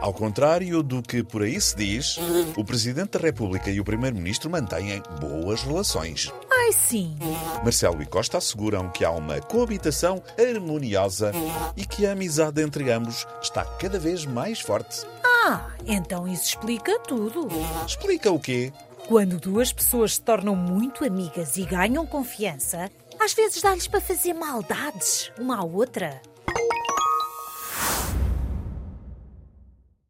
Ao contrário do que por aí se diz, o Presidente da República e o Primeiro-Ministro mantêm boas relações. Ai, sim. Marcelo e Costa asseguram que há uma coabitação harmoniosa e que a amizade entre ambos está cada vez mais forte. Ah, então isso explica tudo. Explica o quê? Quando duas pessoas se tornam muito amigas e ganham confiança, às vezes dá-lhes para fazer maldades uma à outra.